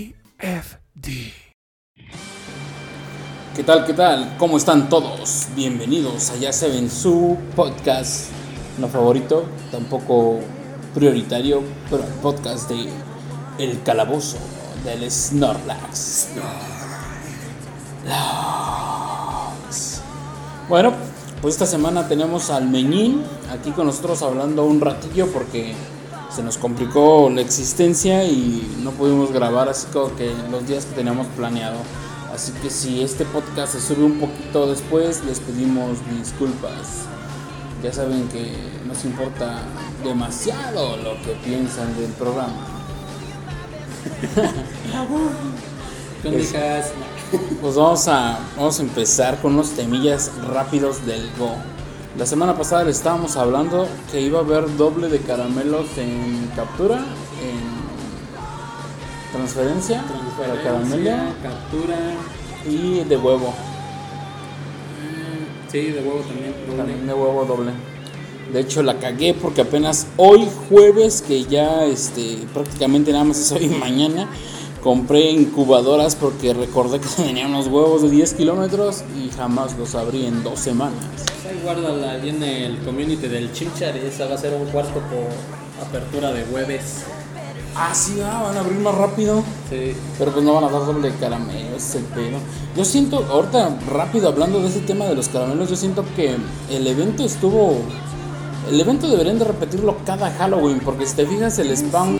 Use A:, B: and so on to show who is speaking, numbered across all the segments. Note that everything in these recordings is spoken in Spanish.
A: TFD.
B: ¿Qué tal? ¿Qué tal? ¿Cómo están todos? Bienvenidos a Ya Saben su podcast, no favorito, tampoco prioritario, pero el podcast de El Calabozo del Snorlax. Snorlax. Bueno, pues esta semana tenemos al Meñín aquí con nosotros hablando un ratillo porque se nos complicó la existencia y no pudimos grabar así como que los días que teníamos planeado. Así que si este podcast se sube un poquito después, les pedimos disculpas. Ya saben que nos importa demasiado lo que piensan del programa.
C: Con
B: Es-
C: hijas.
B: Pues vamos a, vamos a empezar con unos temillas rápidos del Go. La semana pasada le estábamos hablando que iba a haber doble de caramelos en captura, en transferencia, para caramelo
C: Transferencia, captura.
B: y de huevo.
C: mm, Sí, de huevo también. Pues,
B: También
C: doble.
B: de huevo doble. De hecho la cagué porque apenas hoy jueves, que ya este, prácticamente nada más es hoy y mañana, compré incubadoras porque recordé que tenía unos huevos de 10 kilómetros y jamás los abrí en dos semanas.
C: pues, Ahí guárdala ahí en el community del Chimchar y esa va a ser un cuarto por apertura de jueves.
B: Ah, sí, ah, van a abrir más rápido.
C: Sí.
B: Pero pues no van a dar doble caramelo, ese es el pedo. Yo siento, ahorita rápido hablando de ese tema de los caramelos, yo siento que el evento estuvo. El evento deberían de repetirlo cada Halloween, porque si te fijas, el spawn.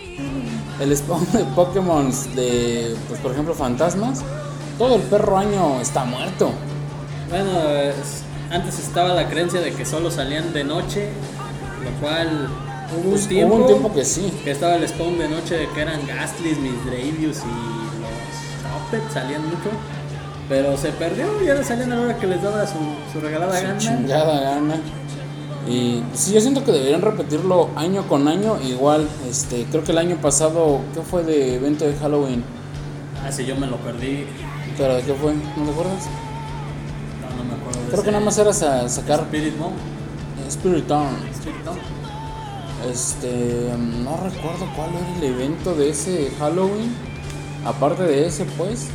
B: El spawn de Pokémon de, pues por ejemplo, fantasmas, todo el perro año está muerto.
C: Bueno, es- antes estaba la creencia de que solo salían de noche, lo cual hubo
B: Pues,
C: un tiempo,
B: Hubo un tiempo que sí.
C: que estaba el spawn de noche que eran Gastlys, Misdravius y los Choppet salían mucho, pero se perdió y ahora salían a la hora que les daba su, su regalada
B: Su
C: gana.
B: chingada gana. Y sí, yo siento que deberían repetirlo año con año. Igual, este, creo que el año pasado, ¿qué fue de evento de Halloween?
C: Ah, sí, yo me lo perdí,
B: ¿Pero de qué fue? ¿No te acuerdas?
C: no, no me acuerdo de
B: Creo que
C: ese-
B: nada más era sa- sacar
C: Este, Spirit Bomb,
B: Spirit Town.
C: Spirit Bomb.
B: Este, no recuerdo cuál era el evento de ese Halloween. Aparte de ese, pues.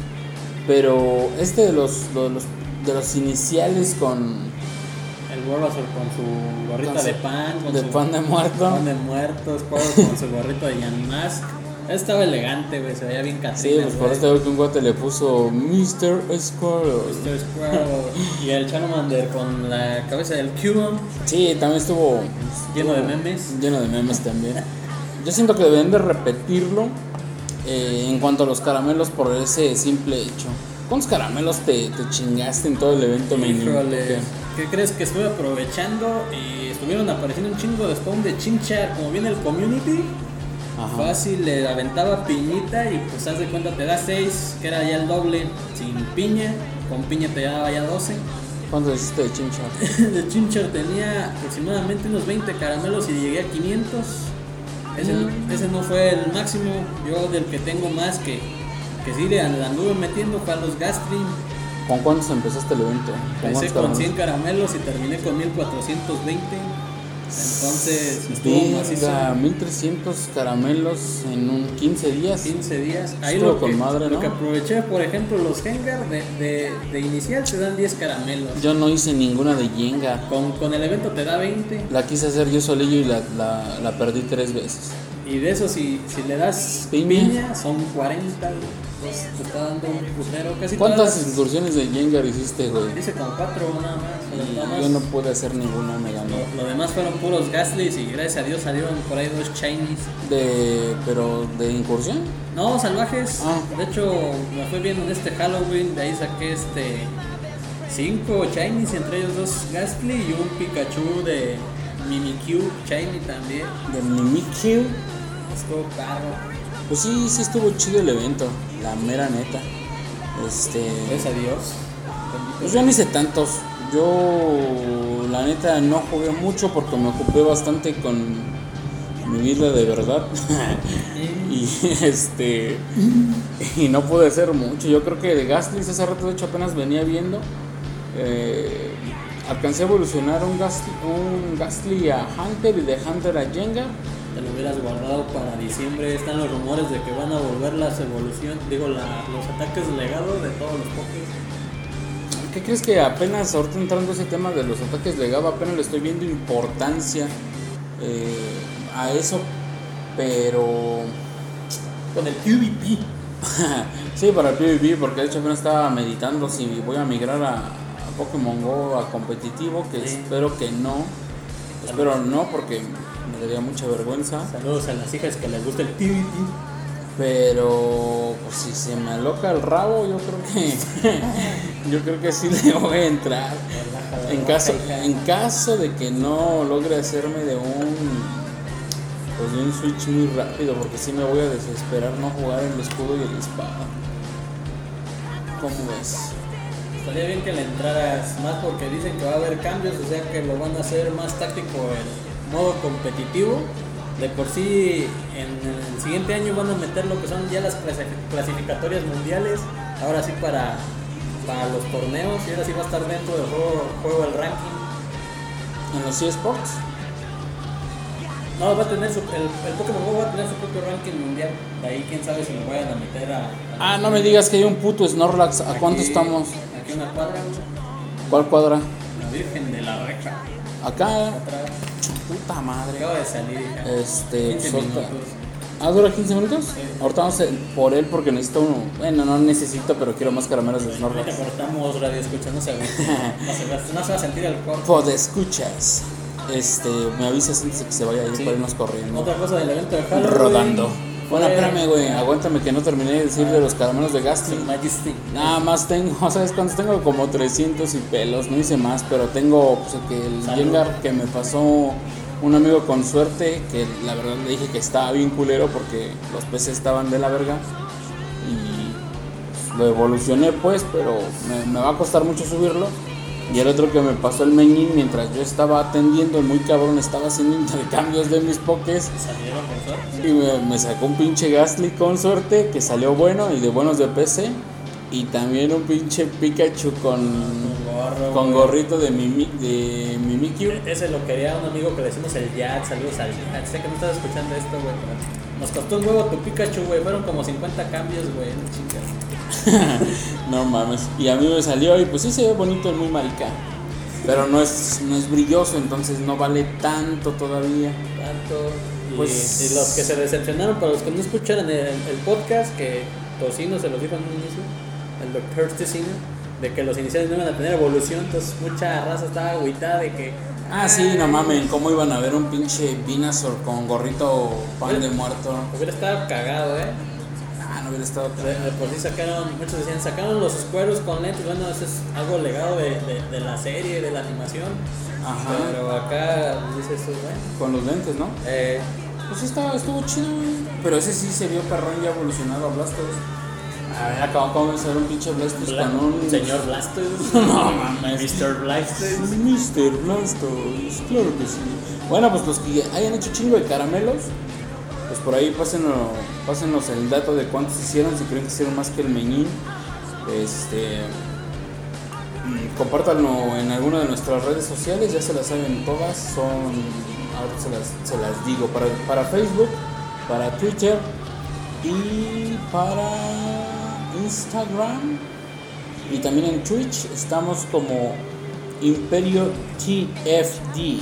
B: Pero este de los, de los, de los iniciales con,
C: el Bulbasaur con su gorrita
B: Con su-
C: de pan, con
B: de
C: su
B: pan de muerto.
C: Pan de muertos, Power con su gorrito de Yanmask. Estaba elegante, güey, se veía bien
B: Sí,
C: Catrina.
B: pues por eso veo que un guate le puso Mr. Squirrel.
C: Y el Charmander con la cabeza del Cubone
B: Sí, también estuvo
C: lleno de memes.
B: lleno de memes también. Yo siento que deben de repetirlo eh, en cuanto a los caramelos por ese simple hecho. ¿Cuántos caramelos te, te chingaste en todo el evento, Meñín?
C: Híjole,
B: Porque
C: ¿qué crees que estuve aprovechando? Y estuvieron apareciendo un chingo de spawn de chincha, como viene el community.
B: Ajá.
C: Fácil, le aventaba piñita y pues haz de cuenta te da 6, que era ya el doble, sin piña, con piña te daba ya 12.
B: ¿Cuántos hiciste de chincha?
C: de Chinchar tenía aproximadamente unos 20 caramelos y llegué a 500. Ese, ese no fue el máximo. Yo del que tengo más que, que sí le le anduve metiendo para los Gastrin.
B: ¿Con cuántos empezaste el evento? ¿Con cuántos
C: Empecé con
B: caramelos?
C: 100 caramelos y terminé con 1420. Entonces estuvo macizo.
B: Verga, 1300 caramelos en un 15 días.
C: 15 días. Ahí
B: Estuvo
C: lo,
B: con
C: que,
B: madre,
C: lo
B: ¿no?
C: que aproveché, por ejemplo, los Hengar de, de, de inicial te dan 10 caramelos.
B: Yo no hice ninguna de Yenga.
C: Con, con el evento te da 20.
B: La quise hacer yo solillo y la, la, la perdí tres veces.
C: Y de eso, si, si le das
B: Piña.
C: piña, son 40, güey. Entonces, te está dando un putero. Casi
B: ¿Cuántas
C: todas
B: incursiones de Jengar hiciste, güey?
C: las- Dice como 4 nada más. o
B: Y
C: nada más.
B: yo no pude hacer ninguna, me ganó.
C: lo, lo demás fueron puros Gastlys y gracias a Dios salieron por ahí dos Chinese.
B: De, pero de incursión.
C: No, salvajes.
B: Ah.
C: De hecho, me fue bien en este Halloween. De ahí saqué este 5 Chinese, entre ellos dos Gastly y un Pikachu de Mimikyu Shiny también.
B: De Mimikyu.
C: Estuvo caro.
B: Pues sí, sí estuvo chido el evento. La mera neta. Este.
C: Gracias a Dios.
B: Pues yo no hice tantos. Yo, la neta, no jugué mucho porque me ocupé bastante con mi vida de verdad. y este. Y no pude hacer mucho. Yo creo que de Gastlis hace rato, de hecho, apenas venía viendo. eh, alcancé a evolucionar un Gastly, un Gastly a Hunter y de Hunter a Jenga.
C: te lo hubieras guardado para diciembre. Están los rumores de que van a volver las evoluciones, digo, la- los ataques legado de todos los Pokés.
B: ¿Qué crees que apenas ahorita entrando ese tema de los ataques de Gaba, apenas le estoy viendo importancia eh, a eso? Pero.
C: Con el QBP.
B: sí, para el PvP, porque de hecho apenas estaba meditando si voy a migrar a, a Pokémon Go a competitivo, que
C: Sí.
B: espero que no. Espero no, porque me daría mucha vergüenza.
C: Saludos a las hijas que les gusta el QBP.
B: Pero pues, si se me aloca el rabo, yo creo que yo creo que sí le voy a entrar. En caso, en caso de que no logre hacerme de un pues de un switch muy rápido, porque si me voy a desesperar no jugar el escudo y el espada. ¿Cómo ves?
C: Estaría bien que le entraras más porque dicen que va a haber cambios, o sea que lo van a hacer más táctico en modo competitivo. De por sí, en el siguiente año van a meter lo que son ya las clasi- clasificatorias mundiales, ahora sí para, para los torneos, y ahora sí va a estar dentro del juego, juego el ranking.
B: En los eSports,
C: No, va a tener su- el, el Pokémon Go va a tener su propio ranking mundial, de ahí quién sabe si lo vayan a meter a... a-
B: ah, no me digas que hay un puto Snorlax. ¿A cuánto
C: aquí-
B: estamos?
C: Aquí una cuadra, güey.
B: ¿Cuál cuadra?
C: la Virgen de la Reja.
B: Acá,
C: Atrás.
B: puta madre.
C: Acaba de salir, hija.
B: Este,
C: 15
B: suelta.
C: minutos.
B: ¿Ah, dura 15 minutos? Ahorita vamos a- por él porque necesito uno. Bueno, no necesito, pero quiero más caramelos de
C: Ahorita
B: Snorlax.
C: cortamos radio escucha, no se agüite. No se, va- no se va a sentir el corte.
B: Pod escuchas. Este, me avisas antes de que se vaya a ir
C: Sí.
B: para irnos corriendo.
C: Otra cosa del evento de Halloween.
B: Rodando. Bueno,
C: fue
B: espérame, güey. Aguántame que no terminé de decir de los caramelos de
C: Su
B: Gastly.
C: Majesty.
B: Nada más tengo, ¿sabes cuántos tengo? Como 300 y pelos, no hice más, pero tengo pues, el que el
C: Salud.
B: Jengar que me pasó un amigo con suerte, que la verdad le dije que estaba bien culero porque los peces estaban de la verga y lo evolucioné pues, pero me, me va a costar mucho subirlo. Y el otro que me pasó el meñín mientras yo estaba atendiendo, el muy cabrón, estaba haciendo intercambios de mis pokés
C: Salieron con suerte.
B: y me, me sacó un pinche Gastly con suerte que salió bueno y de buenos de PC. Y también un pinche Pikachu con,
C: Gorro,
B: con
C: güey.
B: gorrito de, Mimi, de Mimikyu.
C: Ese lo quería un amigo que le decimos el Jack. Saludos al Jack. Sé que no estás escuchando esto, güey. pero Nos costó un huevo tu Pikachu, güey. Fueron como 50 cambios, güey. No chingas.
B: No mames. Y a mí me salió y pues sí se ve bonito, es muy marica. Pero no es, no es brilloso, entonces no vale tanto todavía.
C: Tanto. Y,
B: Pues-
C: y los que se decepcionaron, para los que no escucharon el, el podcast, que Tocino se los dijo en un inicio, el doctor Tocino, de que los iniciales no iban a tener evolución, entonces mucha raza estaba agüitada de que.
B: Ah, sí, no mames, ¿cómo iban a ver un pinche Vinazor con gorrito pan de muerto?
C: pues, Hubiera estado cagado, ¿eh?
B: Ah, no hubiera estado
C: De, de por sí sacaron, muchos decían, sacaron los cueros con lentes, bueno, eso es algo legado de, de- de la serie, de la animación.
B: Ajá.
C: Pero acá dices tú, bueno.
B: con los lentes, ¿no?
C: Eh,
B: Pues estaba, estuvo chido, güey. Pero ese sí se vio perrón ya evolucionado a Blastoise. A ver, acabamos Ah, de hacer un pinche Blastoise
C: Bla-
B: Pues con un.
C: Señor Blastoise.
B: No mames.
C: Mr. Blastoise.
B: Mr. Blastoise, pues, claro que sí. Bueno, pues los que hayan hecho chingo de caramelos, pues por ahí pásenlo, pásenos el dato de cuántos hicieron, si creen que hicieron más que el meñín. Este. mm, Compártanlo en alguna de nuestras redes sociales, ya se las saben todas, son. Ahora se las, se las digo, para, para Facebook, para Twitter y para Instagram. Y también en Twitch estamos como Imperio TFD.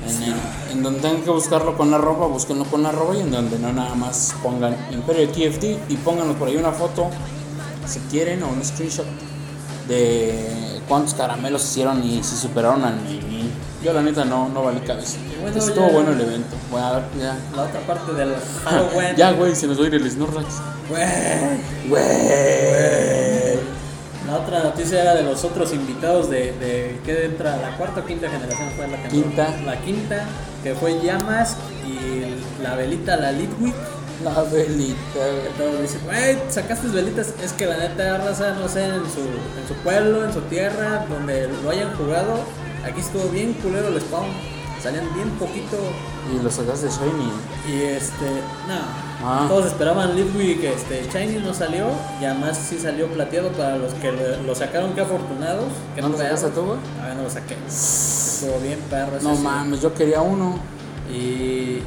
B: En, en- en donde tengan que buscarlo con la ropa, búsquenlo con la ropa y en donde no nada más pongan Imperio TFD y pónganos por ahí una foto, si quieren, o un screenshot de cuántos caramelos hicieron y si superaron al Mimi. Yo la neta no, no vale cabeza.
C: Bueno,
B: Estuvo
C: ya. Ah,
B: bueno el evento. Bueno, a ver, ya.
C: La otra parte del Halloween.
B: Ya, güey, se nos va a ir el Snorlax.
C: Güey.
B: Güey.
C: La otra noticia era de los otros invitados de, de que entra la cuarta o quinta generación fue la que entró.
B: Quinta.
C: La quinta, que fue Llamas y la velita, la Litwick.
B: La velita, güey.
C: Que todos dicen, güey, sacaste velitas. Es que la neta raza, no sé, en su, en su pueblo, en su tierra, donde lo hayan jugado, aquí estuvo bien culero el spawn. Salían bien poquito
B: Y los sacas de Shiny.
C: Y este, no.
B: Ah.
C: Todos esperaban Litwick, este, Shiny no salió, y además sí salió plateado para los que lo, lo sacaron, que afortunados. Que Ah,
B: ¿No lo sacaste tú, güey?
C: A ver, no lo saqué. Estuvo bien, perro. ese
B: No
C: sí.
B: mames, yo quería uno.
C: Y,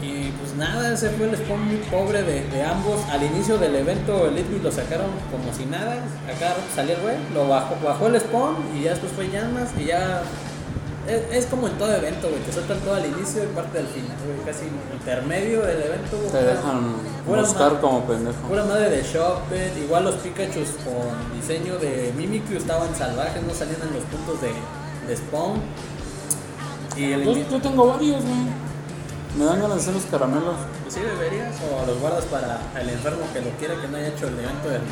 C: y pues nada, ese fue el spawn muy pobre de, de ambos. Al inicio del evento, el Itby lo sacaron como si nada. Acá salía el güey, lo bajó, bajó el spawn y ya después fue llamas y ya. Es, es como en todo evento, güey, que sueltan todo al inicio y parte del final, güey. Casi intermedio del evento, güey.
B: Te dejan
C: Pura
B: buscar
C: ma-
B: como pendejo.
C: Pura madre de Shoppet, igual los Pikachu con diseño de Mimikyu estaban salvajes, no salían en los puntos de, de spawn. Y el
B: Yo,
C: invi-
B: yo tengo varios, güey. Me dan ganas de hacer los caramelos.
C: pues sí deberías o los guardas para el enfermo que lo quiera que no haya hecho el evento del-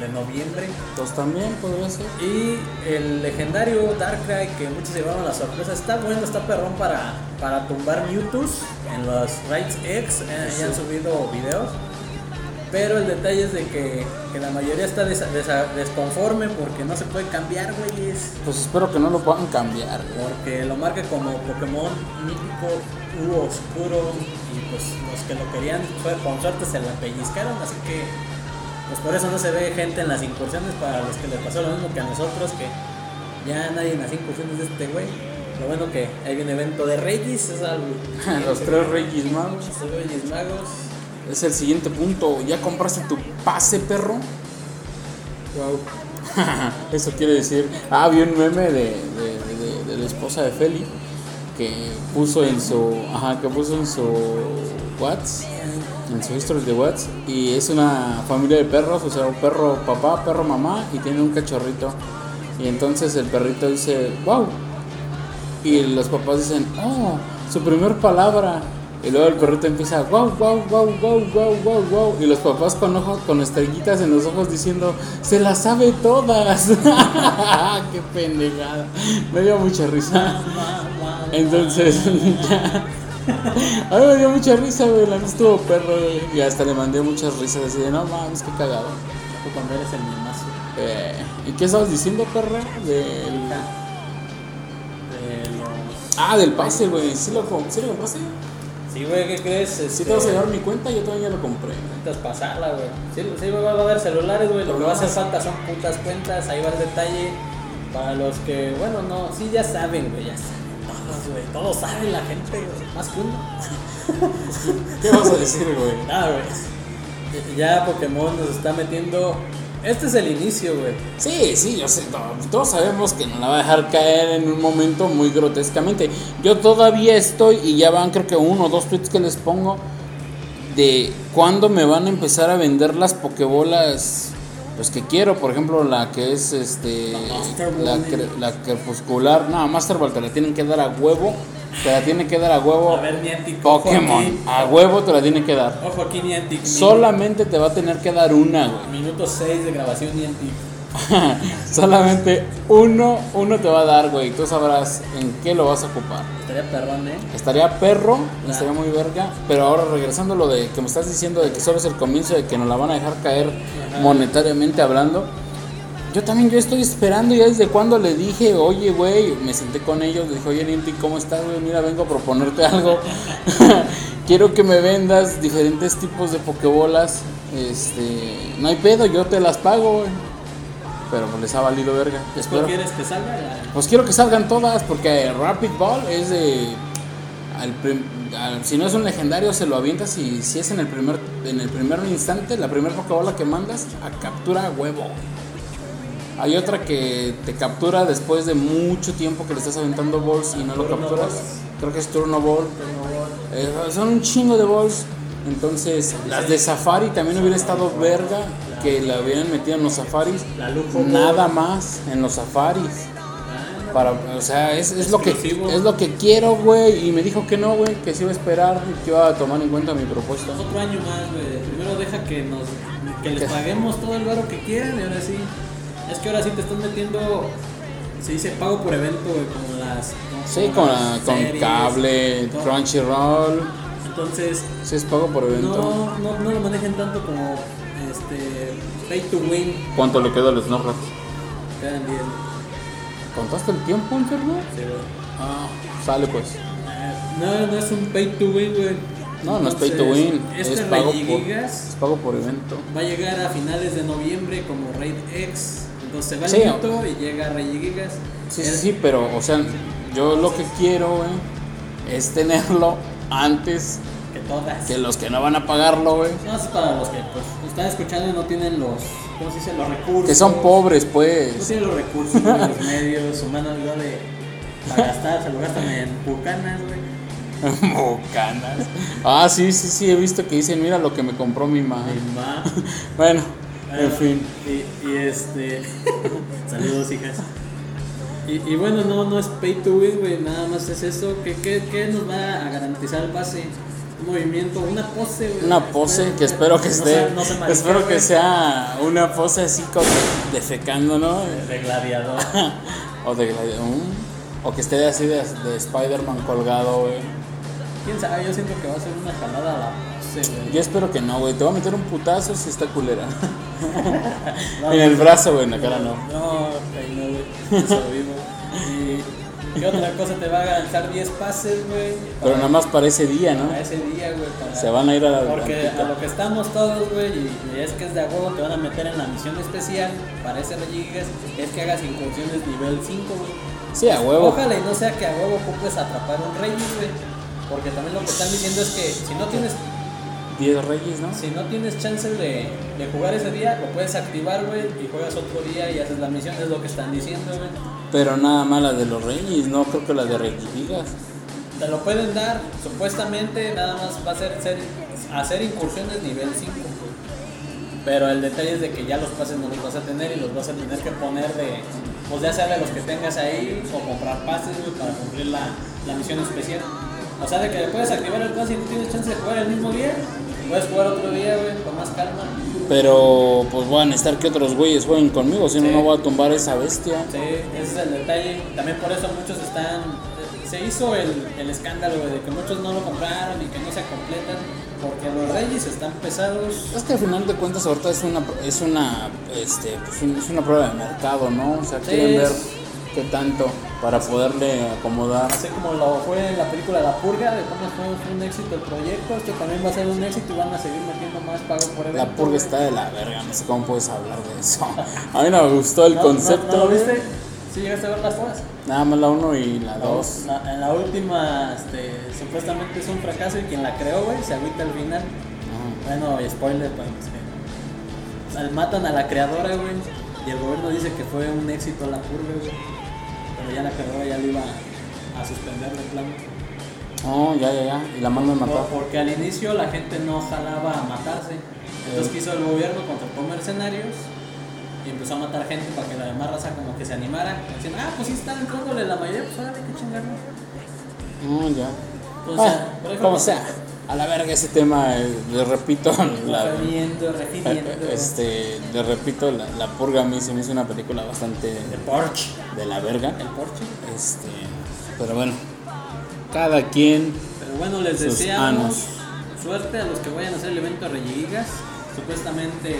C: de noviembre.
B: Pues también podría ser.
C: Y el legendario Darkrai que muchos se llevaron la sorpresa, está bueno, está perrón para, para tumbar Mewtwo's en los Raids X, eh, ya han subido videos. Pero el detalle es de que, que la mayoría está desa- desa- desconforme porque no se puede cambiar, güey. es-
B: Pues espero que no lo puedan cambiar, güey.
C: Porque lo marca como Pokémon mítico, u oscuro. Y pues los que lo querían, fue- con suerte se la pellizcaron. Así que, pues por eso no se ve gente en las incursiones. Para los que les pasó lo mismo que a nosotros, que ya nadie en las incursiones de este güey. Lo bueno que hay un evento de Reyes, es algo.
B: Ah, los tres Reyes Magos.
C: Los Reyes Magos.
B: Es el siguiente punto. ¿Ya compraste tu pase, perro?
C: Wow.
B: Eso quiere decir. Ah, vi un meme de, de- de- de la esposa de Feli que puso en su. Ajá, que puso en su. Whats. En su history de Whats. Y es una familia de perros, o sea, un perro papá, perro mamá y tiene un cachorrito. Y entonces el perrito dice, wow. Y los papás dicen, oh, su primer palabra. Y luego el perrito empieza, wow, wow, wow, wow, wow, wow, wow. Y los papás con ojos, con estrellitas en los ojos diciendo, se las sabe todas. Qué pendejada. Me dio mucha risa. Entonces, ya. A mí me dio mucha risa, güey. La neta estuvo perro, güey. Y hasta le mandé muchas risas así de, no mames, qué cagado.
C: Cuando eres el mimazo.
B: Eh, ¿Y qué estabas diciendo, perra? Del...
C: De los-
B: Ah, del pase, güey. ¿Sí lo, com- sí lo compraste?
C: Sí, güey, ¿qué crees?
B: Sí
C: Este-
B: te vas a llevar mi cuenta, yo también ya lo compré.
C: Necesitas pasarla, güey. Sí, sí, güey, va a haber celulares, güey. Lo que va a hacer falta son putas cuentas. Ahí va el detalle. Para los que, bueno, no, sí ya saben, güey, ya saben. Todos, güey, todos saben la gente, güey. Más que uno.
B: ¿Qué vas a decir, güey?
C: Nada, güey. Ya Pokémon nos está metiendo. Este es el inicio, güey.
B: Sí, sí, yo sé, to- todos sabemos que nos la va a dejar caer en un momento muy grotescamente. Yo todavía estoy, y ya van creo que uno o dos tweets que les pongo, de cuándo me van a empezar a vender las pokebolas pues que quiero, por ejemplo, la que es este
C: La Master Ball.
B: la, cre- la crepuscular, no, Master Ball te la tienen que dar a huevo, te la tienen que dar a huevo
C: A ver, Niantic. ojo
B: Pokémon,
C: aquí.
B: a huevo te la tienen que dar.
C: Ojo aquí, Niantic. mi-
B: Solamente te va a tener que dar una, güey.
C: Minuto 6 de grabación, Niantic.
B: Solamente uno, uno te va a dar, güey. Tú sabrás en qué lo vas a ocupar.
C: Estaría perrón, eh.
B: Estaría perro,
C: Claro.
B: estaría muy verga. Pero ahora regresando a lo de que me estás diciendo de que solo es el comienzo, de que nos la van a dejar caer monetariamente hablando. Yo también, yo estoy esperando ya desde cuando le dije, oye, güey, me senté con ellos, le dije, oye, Ninti, ¿cómo estás, güey? Mira, vengo a proponerte algo. Quiero que me vendas diferentes tipos de pokebolas. Este, no hay pedo, yo te las pago, güey. Pero pues, les ha valido verga.
C: ¿Tú
B: Espero.
C: quieres que salga? La-
B: Pues quiero que salgan todas, porque Rapid Ball es de. al prim- al- si no es un legendario, se lo avientas y si es en el primer, en el primer instante, la primera Pokébola que mandas, a captura a huevo. Hay otra que te captura después de mucho tiempo que le estás aventando balls y no lo
C: Turno
B: capturas.
C: balls.
B: Creo que es turno ball. Eh, son un chingo de balls. Entonces, las de Safari también hubiera estado verga que la hubieran metido en los safaris.
C: La lujo.
B: Nada más en los safaris. Para, o sea, es, es lo que
C: Exclusivo.
B: es lo que quiero, güey. Y me dijo que no, güey, que se iba a esperar y que iba a tomar en cuenta mi propuesta.
C: Pues Otro año más, güey. Primero deja que nos que les paguemos todo el barro que quieran y ahora sí. Es que ahora sí te estás metiendo. Se dice pago por evento, güey, como las.
B: Sí, con, la-
C: las
B: con
C: series.
B: cable,
C: Entonces-
B: Crunchyroll.
C: Entonces,
B: Si es pago por evento.
C: no, no, no lo manejen tanto como este pay to win.
B: ¿Cuánto le queda al Snorlax?
C: Quedan bien.
B: ¿Contaste el tiempo, enfermo?
C: sí, güey.
B: Ah, sale pues.
C: Ah, No, no es un pay to win, güey.
B: No, no es pay to
C: Entonces,
B: win.
C: Este
B: Es pago, por,
C: relligas
B: es pago por evento.
C: Va a llegar a finales de noviembre como Raid X. Entonces se va el
B: Sí.
C: minuto y llega Rey Gigas.
B: Sí, sí, sí, pero, o sea, yo lo que quiero, güey, es tenerlo antes
C: que todas.
B: que los que no van a pagarlo, güey.
C: No, eso es para los que pues, nos están escuchando y no tienen los, ¿cómo se dice? Los recursos.
B: Que son pobres,
C: No
B: pues.
C: tienen los recursos, ni los medios, su mano no de para gastar, se lo gastan en bucanas, güey.
B: Mocanas. Ah, sí, sí, sí, he visto que dicen, mira lo que me compró mi madre.
C: Mi ma.
B: Bueno,
C: Ah,
B: en fin.
C: Y, y este. Saludos, hijas. Y, y bueno, no, no es pay to win, güey, nada más es eso. ¿Qué, qué, qué nos va a garantizar el pase? Un movimiento, una pose, güey.
B: Una pose que espero que
C: No
B: esté.
C: sea- no se marique,
B: espero que
C: güey.
B: sea una pose así como defecando, ¿no?
C: De gladiador.
B: O de gladi- mm. O que esté así de, de Spider-Man colgado, güey.
C: Quién sabe, yo siento que va a ser una jalada a la pose, güey.
B: Yo espero que no, güey. Te voy a meter un putazo si está culera.
C: No,
B: en el brazo, güey, en la cara no.
C: No, no, ahí no, güey. Eso vivo. Y. ¿Qué otra cosa te va a garantizar 10 pases, güey?
B: Pero nada más para ese día, ¿no?
C: Para ese día, güey. para-
B: Se van a ir a la
C: Porque a
B: plantita.
C: lo que estamos todos, güey, y y es que es de agua, te van a meter en la misión especial para ese relligas, es que hagas incursiones nivel 5, güey.
B: Sí, a huevo.
C: Ojalá y no sea que a huevo ocupes atrapar un rey, güey. Porque también lo que están diciendo es que si no tienes,
B: 10 reyes, ¿no?
C: si no tienes chance de, de jugar ese día, lo puedes activar, güey, y juegas otro día y haces la misión, es lo que están diciendo, güey.
B: Pero nada más la de los reyes, no creo que la de Reykjavigas.
C: Te lo pueden dar, supuestamente nada más va a ser, ser- hacer incursiones nivel 5. Pero el detalle es de que ya los pases no los vas a tener y los vas a tener que poner de, pues ya sea de los que tengas ahí o comprar pases güey, para cumplir la, la misión especial. O sea, de que le puedes activar el pase y no tienes chance de jugar el mismo día, puedes jugar otro día, güey, con más calma.
B: Pero pues voy a necesitar que otros güeyes jueguen conmigo, si no,
C: Sí.
B: no voy a tumbar esa bestia.
C: Sí, ese es el detalle. También por eso muchos están. Se hizo el, el escándalo güey, de que muchos no lo compraron y que no se completan. Porque los reyes están pesados.
B: Es que al final de cuentas ahorita es una es una este pues, un- es una prueba de mercado, ¿no? O sea,
C: Sí,
B: quieren ver
C: es-
B: qué tanto para poderle acomodar.
C: Así como lo fue en la película La Purga, de cómo fue un éxito el proyecto. Esto también va a ser un éxito y van a seguir metiendo más pago por evento.
B: La purga
C: güey.
B: está de la verga, no sé cómo puedes hablar de eso. A mí no me gustó el
C: No, no,
B: concepto.
C: ¿No, lo
B: güey.
C: viste? ¿Sí llegaste a ver las horas?
B: Nada más la 1 y la 2.
C: La- en la última, este, supuestamente es un fracaso y quien la creó, güey, se agüita al final. Bueno, y spoiler para los que- al- Matan a la creadora, güey. Y el gobierno dice que fue un éxito la purga, güey. Pero ya la creadora ya lo iba a, a suspender de plano.
B: Oh, ya, ya, ya. Y la mandan a matar.
C: Por- Porque al inicio la gente no jalaba a matarse. Entonces, ¿qué hizo el gobierno? Contrató mercenarios y empezó a matar gente para que la demás raza como que se animara. Decían, ah, pues sí están entrándole la mayoría, pues órale, que
B: Oh,
C: chingarnos.
B: ya.
C: Pues,
B: Ah,
C: o sea, por ejemplo-
B: como sea. A la verga ese tema, eh, le repito, la,
C: Refiriendo, refiriendo.
B: este, le repito, la, la purga a mí se me hizo una película bastante
C: El Porsche.
B: de la verga.
C: El Porsche.
B: Este, pero bueno, cada quien.
C: Pero bueno, les
B: Sus
C: deseamos
B: anos.
C: suerte a los que vayan a hacer el evento Relligas. Supuestamente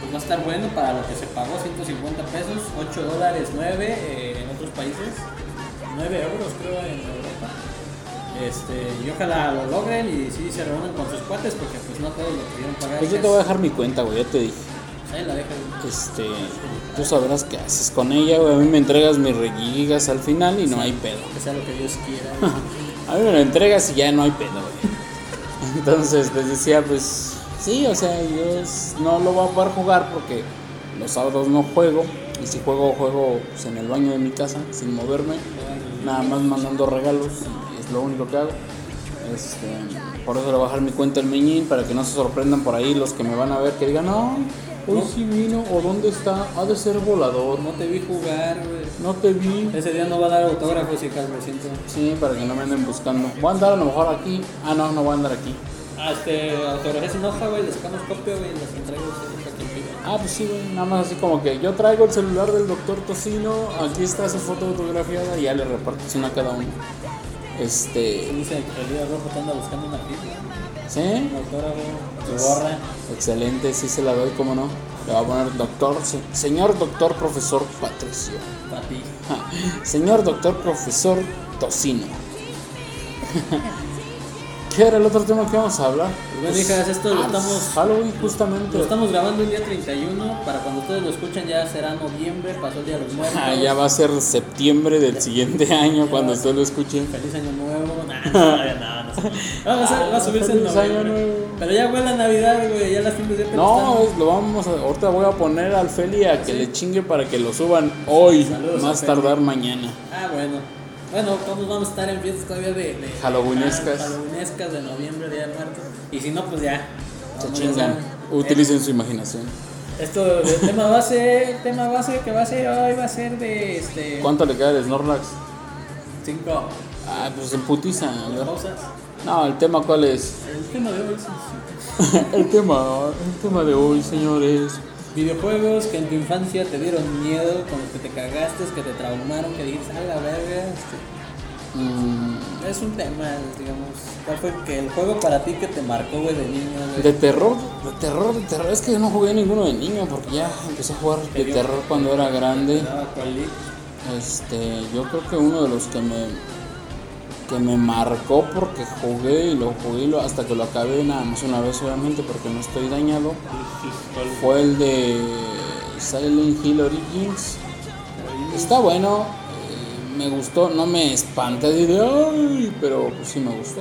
C: pues, va a estar bueno para lo que se pagó, 150 pesos, 8 dólares, 9 eh, en otros países, 9 euros creo en Europa. Este, y ojalá lo logren y sí se reúnan con sus cuates porque pues no todos lo pudieron pagar.
B: Pues yo te voy a dejar mi cuenta, güey, ya te dije.
C: Ahí la dejan.
B: Este, tú sabrás qué haces con ella, güey. A mí me entregas mis regigas al final y no hay pedo.
C: Que sea lo que Dios quiera.
B: A mí me lo entregas y ya no hay pedo, güey. Entonces les decía, pues sí, o sea, yo s- no lo voy a poder jugar porque los sábados no juego. Y si juego, juego pues, en el baño de mi casa, sin moverme. Nada más mandando regalos, y es lo único que hago. Este, por eso le voy a dejar mi cuenta al Meñín, para que no se sorprendan por ahí los que me van a ver, que digan, no, hoy sí vino, o dónde está, ha de ser volador,
C: no te vi jugar, güey.
B: no te vi.
C: Ese día no va a dar autógrafos, hijas, lo siento.
B: Sí, para que no me anden buscando. Voy a andar a lo mejor aquí. Ah, no, no voy a andar aquí.
C: Ah, este, autografías en hoja, güey, les sacamos copia, güey, y las entregamos en hoja contigo.
B: Ah, pues sí, güey. Nada más así como que yo traigo el celular del doctor Tocino. Aquí está su foto autografiada y ya le reparto una a cada uno.
C: Se
B: Este.
C: dice que el líder rojo te anda buscando una firma,
B: ¿Sí?
C: un autógrafo, tu gorra.
B: Excelente, sí se la doy, cómo no. Le va a poner doctor, se- señor doctor profesor Patricio.
C: Para ti.
B: Ja, Señor doctor profesor Tocino. ¿Qué era el otro tema que vamos a hablar?
C: Pues bueno, hijas, esto lo
B: ah,
C: estamos-
B: Halloween, justamente.
C: Lo estamos grabando el día 31, para cuando ustedes lo escuchen ya será noviembre, pasó el día de los muertos.
B: Ah, ya va a ser septiembre del siguiente año cuando usted lo escuche.
C: Feliz año nuevo. Nah, no, no, no, Ah, va a, ser- va a subirse en
B: Feliz año
C: noviembre.
B: nuevo.
C: Pero ya fue la Navidad, güey. Ya las tiendas ya
B: No,
C: están-
B: es- lo vamos a, ahorita voy a poner al Feli a que le chingue para que lo suban hoy,
C: Saludos
B: más
C: al Feli.
B: tardar mañana.
C: Ah, bueno. Bueno, todos vamos a estar en fiestas todavía de... de
B: Halloweenescas.
C: Ah, Halloweenescas de noviembre, Día de Muertos. Y si no, pues ya.
B: Se
C: Vámonos
B: chingan.
C: a-
B: Utilicen su imaginación.
C: Eh, Esto, el tema base, el tema base que va a ser hoy va a ser de este...
B: ¿Cuánto le queda de Snorlax?
C: Cinco
B: Ah, pues en putiza. a ver.
C: pausas.
B: No, el tema cuál es.
C: El tema de hoy es...
B: el tema, el tema de hoy, señores.
C: Videojuegos que en tu infancia te dieron miedo, con los que te cagaste, que te traumaron, que dijiste, a la verga. este,
B: Mm,
C: Es un tema, digamos. ¿Cuál fue que el juego para ti que te marcó, güey, de niño, güey?
B: de terror, de terror, de terror. Es que yo no jugué ninguno de niño porque ya empecé a jugar de terror cuando era grande.
C: Te daba coli.
B: Este, yo creo que uno de los que me que me marcó porque jugué y lo jugué y lo- hasta que lo acabé nada más una vez obviamente porque no estoy dañado fue el de Silent Hill Origins. Está bueno, eh, me gustó, no me espanta de ay, pero pues, sí me gustó.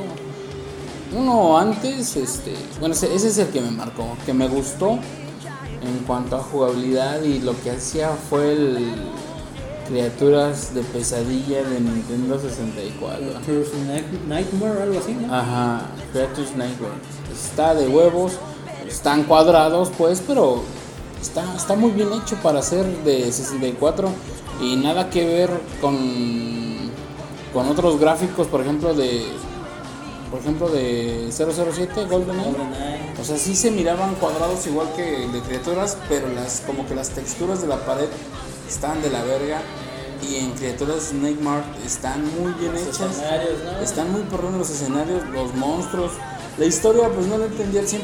B: Uno antes, este, bueno, ese, ese es el que me marcó, que me gustó en cuanto a jugabilidad y lo que hacía fue el Criaturas de pesadilla de Nintendo 64.
C: Curse Night- Nightmare, algo así,
B: Ah.
C: ¿no?
B: Ajá, Creatures Nightmare. Está de huevos, están cuadrados, pues, pero está, está muy bien hecho para ser de 64 y nada que ver con, con otros gráficos, por ejemplo, de por ejemplo de 007 GoldenEye.
C: GoldenEye.
B: O sea, sí se miraban cuadrados igual que el de criaturas, pero las como que las texturas de la pared estaban de la verga y en criaturas Nightmare están muy bien
C: Los
B: hechas.
C: escenarios, ¿no?
B: Están muy perrón los escenarios, los monstruos. La historia pues no la entendí al 100%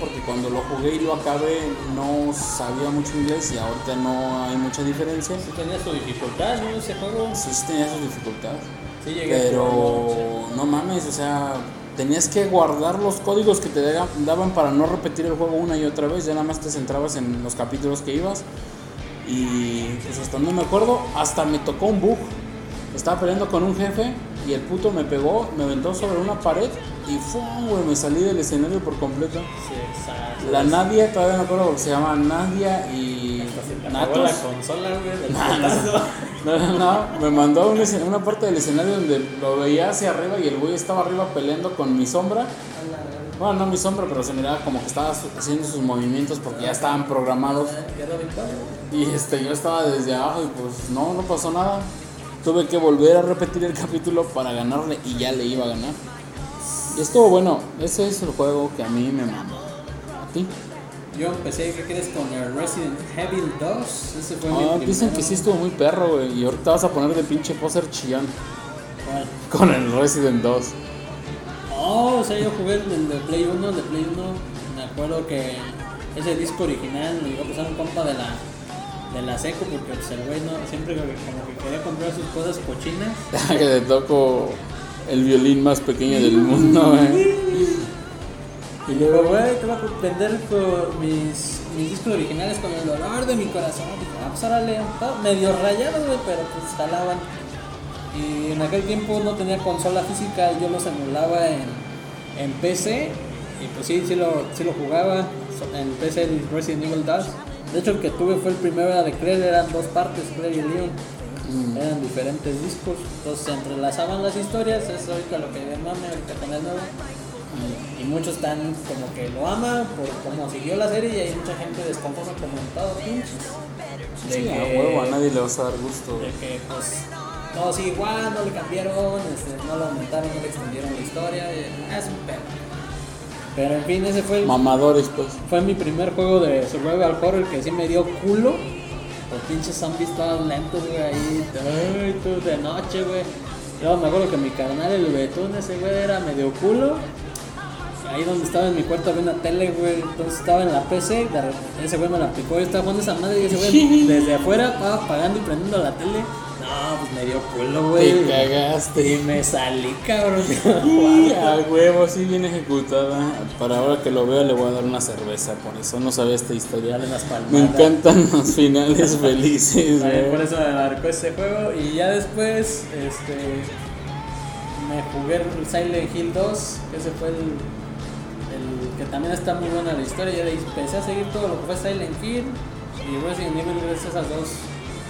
B: porque cuando lo jugué y lo acabé no sabía mucho inglés y ahorita no hay mucha diferencia.
C: Sí tenía su dificultad, ¿no? Ese juego.
B: Sí sí tenía sus dificultades.
C: Sí llegué a jugarlo.
B: Pero no mames, o sea, tenías que guardar los códigos que te da- daban para no repetir el juego una y otra vez. Ya nada más te centrabas en los capítulos que ibas. Y pues hasta no me acuerdo, hasta me tocó un bug. Estaba peleando con un jefe y el puto me pegó, me aventó sobre una pared y ¡fum! güey, me salí del escenario por completo.
C: Sí, exacto.
B: La Nadia, todavía me acuerdo porque se llama Nadia y
C: Se te apagó
B: Natos.
C: la consola, güey, del
B: No, no,
C: putazo.
B: No, no, no, me mandó a un escena- una parte del escenario donde lo veía hacia arriba y el güey estaba arriba peleando con mi sombra. Bueno, no mi sombra, pero se miraba como que estaba su- haciendo sus movimientos porque ya estaban programados.
C: Ya lo aventaba, güey.
B: Y este, yo estaba desde abajo y pues no, no pasó nada. Tuve que volver a repetir el capítulo para ganarle y ya le iba a ganar. Y estuvo bueno, ese es el juego que a mí me mandó. ¿A ti?
C: Yo empecé, ¿qué crees? Con el Resident Evil 2. Ese fue mi
B: Ah,
C: primero.
B: dicen que sí estuvo muy perro, güey. Y ahorita vas a poner de pinche poser chillón
C: ¿Cuál?
B: con el Resident 2.
C: Oh, o sea, yo jugué el de Play 1, el de Play 1. Me acuerdo que ese disco original lo iba a pasar un compa de la, de la Seco porque pues, el güey no, siempre como que quería comprar sus cosas cochinas.
B: que te toco el violín más pequeño del mundo, eh.
C: Y luego, güey, te voy a vender con mis, mis discos originales con el dolor de mi corazón. Dije, ah, pues órale, estaba medio rayados, güey, pero pues jalaban. Y en aquel tiempo no tenía consola física, yo los emulaba en, en PC. Y pues sí, sí lo, sí lo jugaba so- en PC el Resident Evil 2. De hecho, el que tuve fue el primero era de Claire, eran dos partes, Claire y Leon. Eran diferentes discos, entonces se entrelazaban las historias, es ahorita lo que ve mame, ahorita con la nueva. Y muchos están como que lo aman por cómo siguió la serie y hay mucha gente desconforme comentado pinches. De
B: Sí, a
C: que-
B: huevo, a nadie le vas a dar gusto.
C: de que pues todo sigue igual, no le cambiaron, este, no lo aumentaron, no le extendieron la historia, y, ah, es un pedo. Pero en fin, ese fue el-
B: Mamadores, pues.
C: fue mi primer juego de Survival Horror que sí me dio culo. Los pinches zombies todos lentos, güey, ahí, ay, tú, de noche, güey. Luego me acuerdo que mi carnal, el betún, ese güey era medio culo. Ahí donde estaba en mi cuarto había una tele, güey. Entonces estaba en la PC, de re- ese güey me la picó. Yo estaba jugando esa madre y ese güey desde afuera estaba apagando y prendiendo la tele. No, pues me dio culo,
B: Te
C: güey. Y
B: cagaste.
C: me salí, cabrón.
B: Y a huevo, así bien ejecutada. Para ahora que lo veo, le voy a dar una cerveza. Por eso no sabía esta historia.
C: Dale unas palmadas.
B: Me encantan los finales felices,
C: También
B: güey.
C: por eso me marcó ese juego. Y ya después, este. me jugué el Silent Hill 2, que ese fue el, el que también está muy buena la historia. Yo ahí empecé a seguir todo lo que fue Silent Hill y Resident Evil gracias a esas dos.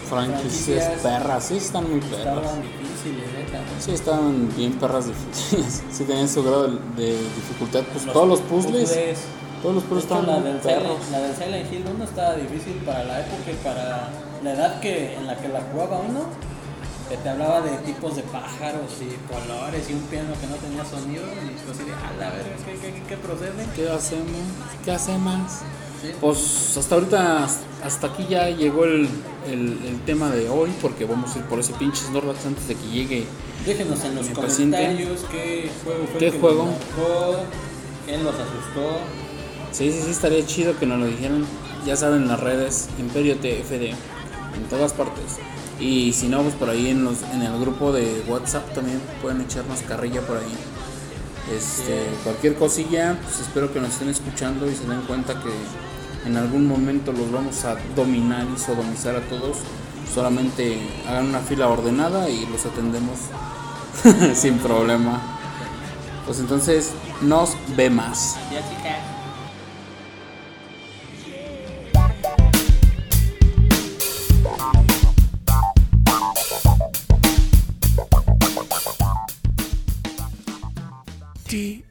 B: Franquicias
C: pues, Franquicias.
B: perras, sí están muy perras.
C: Estaban difíciles, neta.
B: Sí, estaban bien perras difíciles. Sí tenían su grado de de dificultad. Pues todos los puzzles, todos los
C: Pero
B: puzzles estaban
C: la,
B: muy
C: del
B: perros.
C: Silent, la del Silent Hill 1 estaba difícil para la época y para la edad que, en la que la jugaba uno. Que te hablaba de tipos de pájaros y colores y un piano que no tenía sonido. Y yo así de, a la verga, ¿qué, qué, qué, qué procede?
B: ¿Qué hacemos? ¿Qué hacemos?
C: Sí.
B: Pues hasta ahorita, hasta aquí ya llegó el, el- el tema de hoy, porque vamos a ir por ese pinche Snorlax antes de que llegue.
C: Déjenos en los
B: Mi paciente.
C: comentarios qué juego fue el
B: ¿Qué
C: que
B: juego?
C: los marcó, quién los asustó.
B: Sí, sí, sí, estaría chido que nos lo dijeran. Ya saben, las redes, Imperio TFD, en todas partes. Y si no, pues por ahí en, los, en el grupo de WhatsApp también pueden echarnos carrilla por ahí. Este, cualquier cosilla, pues espero que nos estén escuchando y se den cuenta que en algún momento los vamos a dominar y sodomizar a todos. Solamente hagan una fila ordenada y los atendemos sin problema. Pues entonces, nos ve más.
C: Ya, chica.
A: TFD.